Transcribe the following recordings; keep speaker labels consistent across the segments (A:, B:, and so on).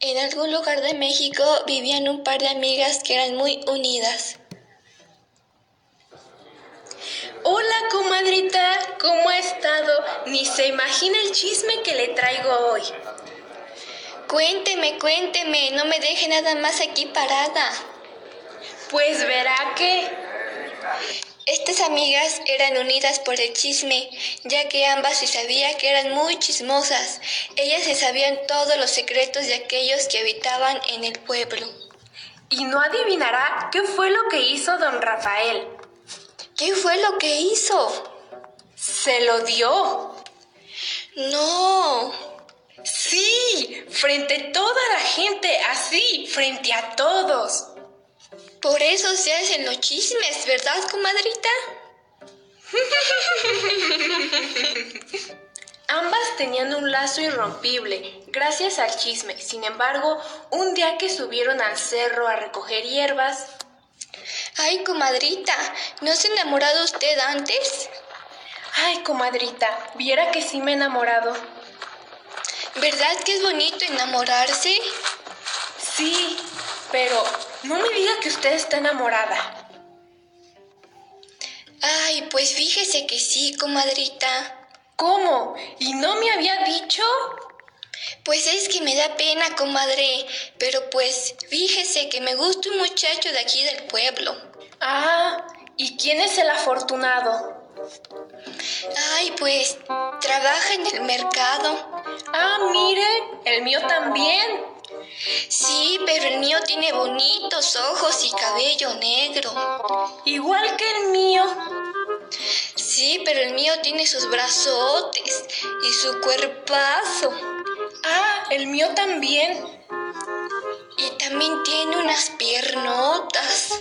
A: En algún lugar de México vivían un par de amigas que eran muy unidas.
B: Hola, comadrita, ¿cómo ha estado? Ni se imagina el chisme que le traigo hoy.
A: Cuénteme, cuénteme, no me deje nada más aquí parada.
B: Pues verá que...
A: Estas amigas eran unidas por el chisme, ya que ambas se sabía que eran muy chismosas. Ellas se sabían todos los secretos de aquellos que habitaban en el pueblo.
B: Y no adivinará qué fue lo que hizo don Rafael.
A: ¿Qué fue lo que hizo?
B: Se lo dio.
A: No.
B: Sí, frente a toda la gente, así, frente a todos.
A: Por eso se hacen los chismes, ¿verdad, comadrita?
B: Ambas tenían un lazo irrompible, gracias al chisme. Sin embargo, un día que subieron al cerro a recoger hierbas...
A: Ay, comadrita, ¿no se ha enamorado usted antes?
B: Ay, comadrita, viera que sí me he enamorado.
A: ¿Verdad que es bonito enamorarse?
B: Sí, pero no me diga que usted está enamorada.
A: Ay, pues fíjese que sí, comadrita.
B: ¿Cómo? ¿Y no me había dicho?
A: Pues es que me da pena, comadre, pero pues fíjese que me gusta un muchacho de aquí del pueblo.
B: Ah, ¿y quién es el afortunado?
A: Ay, pues trabaja en el mercado.
B: Ah, mire, el mío también.
A: Sí, pero el mío tiene bonitos ojos y cabello negro.
B: Igual que el mío.
A: Sí, pero el mío tiene sus brazotes y su cuerpazo.
B: Ah, el mío también.
A: Y también tiene unas piernotas.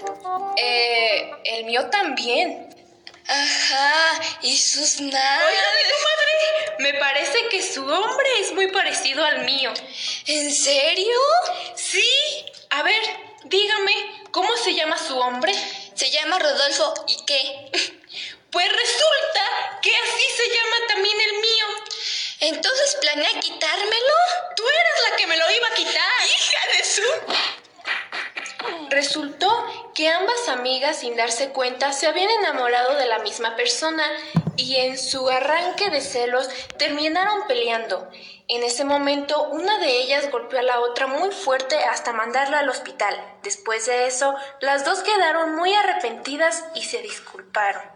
B: Eh, el mío también.
A: Ajá, y sus nalgas.
B: Oiga, mi comadre, me parece que su hombre es muy parecido al mío.
A: ¿En serio?
B: Sí. A ver, dígame, ¿cómo se llama su hombre?
A: Se llama Rodolfo, ¿y qué?
B: Pues resulta que así se llama también el mío.
A: Entonces planea quitármelo.
B: Tú eras la que me lo iba a quitar.
A: Hija de su...
B: Resultó que ambas amigas, sin darse cuenta, se habían enamorado de la misma persona y en su arranque de celos terminaron peleando. En ese momento, una de ellas golpeó a la otra muy fuerte hasta mandarla al hospital. Después de eso, las dos quedaron muy arrepentidas y se disculparon.